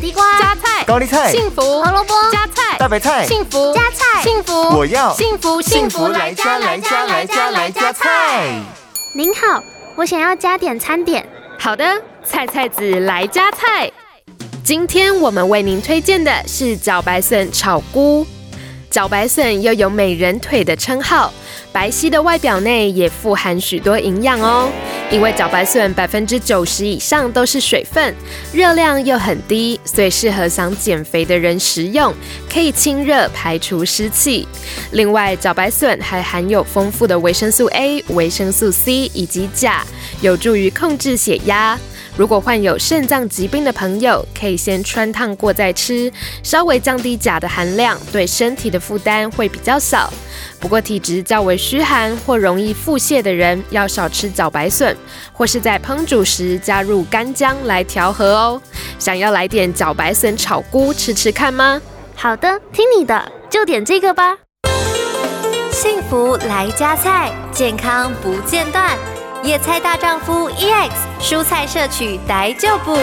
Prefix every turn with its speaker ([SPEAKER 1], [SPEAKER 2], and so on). [SPEAKER 1] 地瓜、
[SPEAKER 2] 加菜、
[SPEAKER 3] 高丽菜、
[SPEAKER 2] 幸福、
[SPEAKER 1] 胡萝卜、
[SPEAKER 2] 加菜、
[SPEAKER 3] 大白菜、
[SPEAKER 2] 幸福、
[SPEAKER 1] 加菜
[SPEAKER 2] 幸福，
[SPEAKER 3] 我要
[SPEAKER 2] 幸福
[SPEAKER 3] 幸福来家来家来家来家菜。
[SPEAKER 1] 您好，我想要加点餐点。
[SPEAKER 2] 好的，菜菜子来加菜。今天我们为您推荐的是茭白笋炒菇。茭白笋又有“美人腿”的称号，白皙的外表内也富含许多营养哦。因为茭白笋百分之九十以上都是水分，热量又很低，所以适合想减肥的人食用，可以清热排除湿气。另外，茭白笋还含有丰富的维生素 A、维生素 C 以及钾，有助于控制血压。如果患有肾脏疾病的朋友，可以先穿烫过再吃，稍微降低钾的含量，对身体的负担会比较少。不过体质较为虚寒或容易腹泻的人，要少吃茭白笋，或是在烹煮时加入干姜来调和哦。想要来点茭白笋炒菇吃吃看吗？
[SPEAKER 1] 好的，听你的，就点这个吧。
[SPEAKER 4] 幸福来加菜，健康不 E 间断。野菜大丈夫 EX 蔬菜摄取逮就补。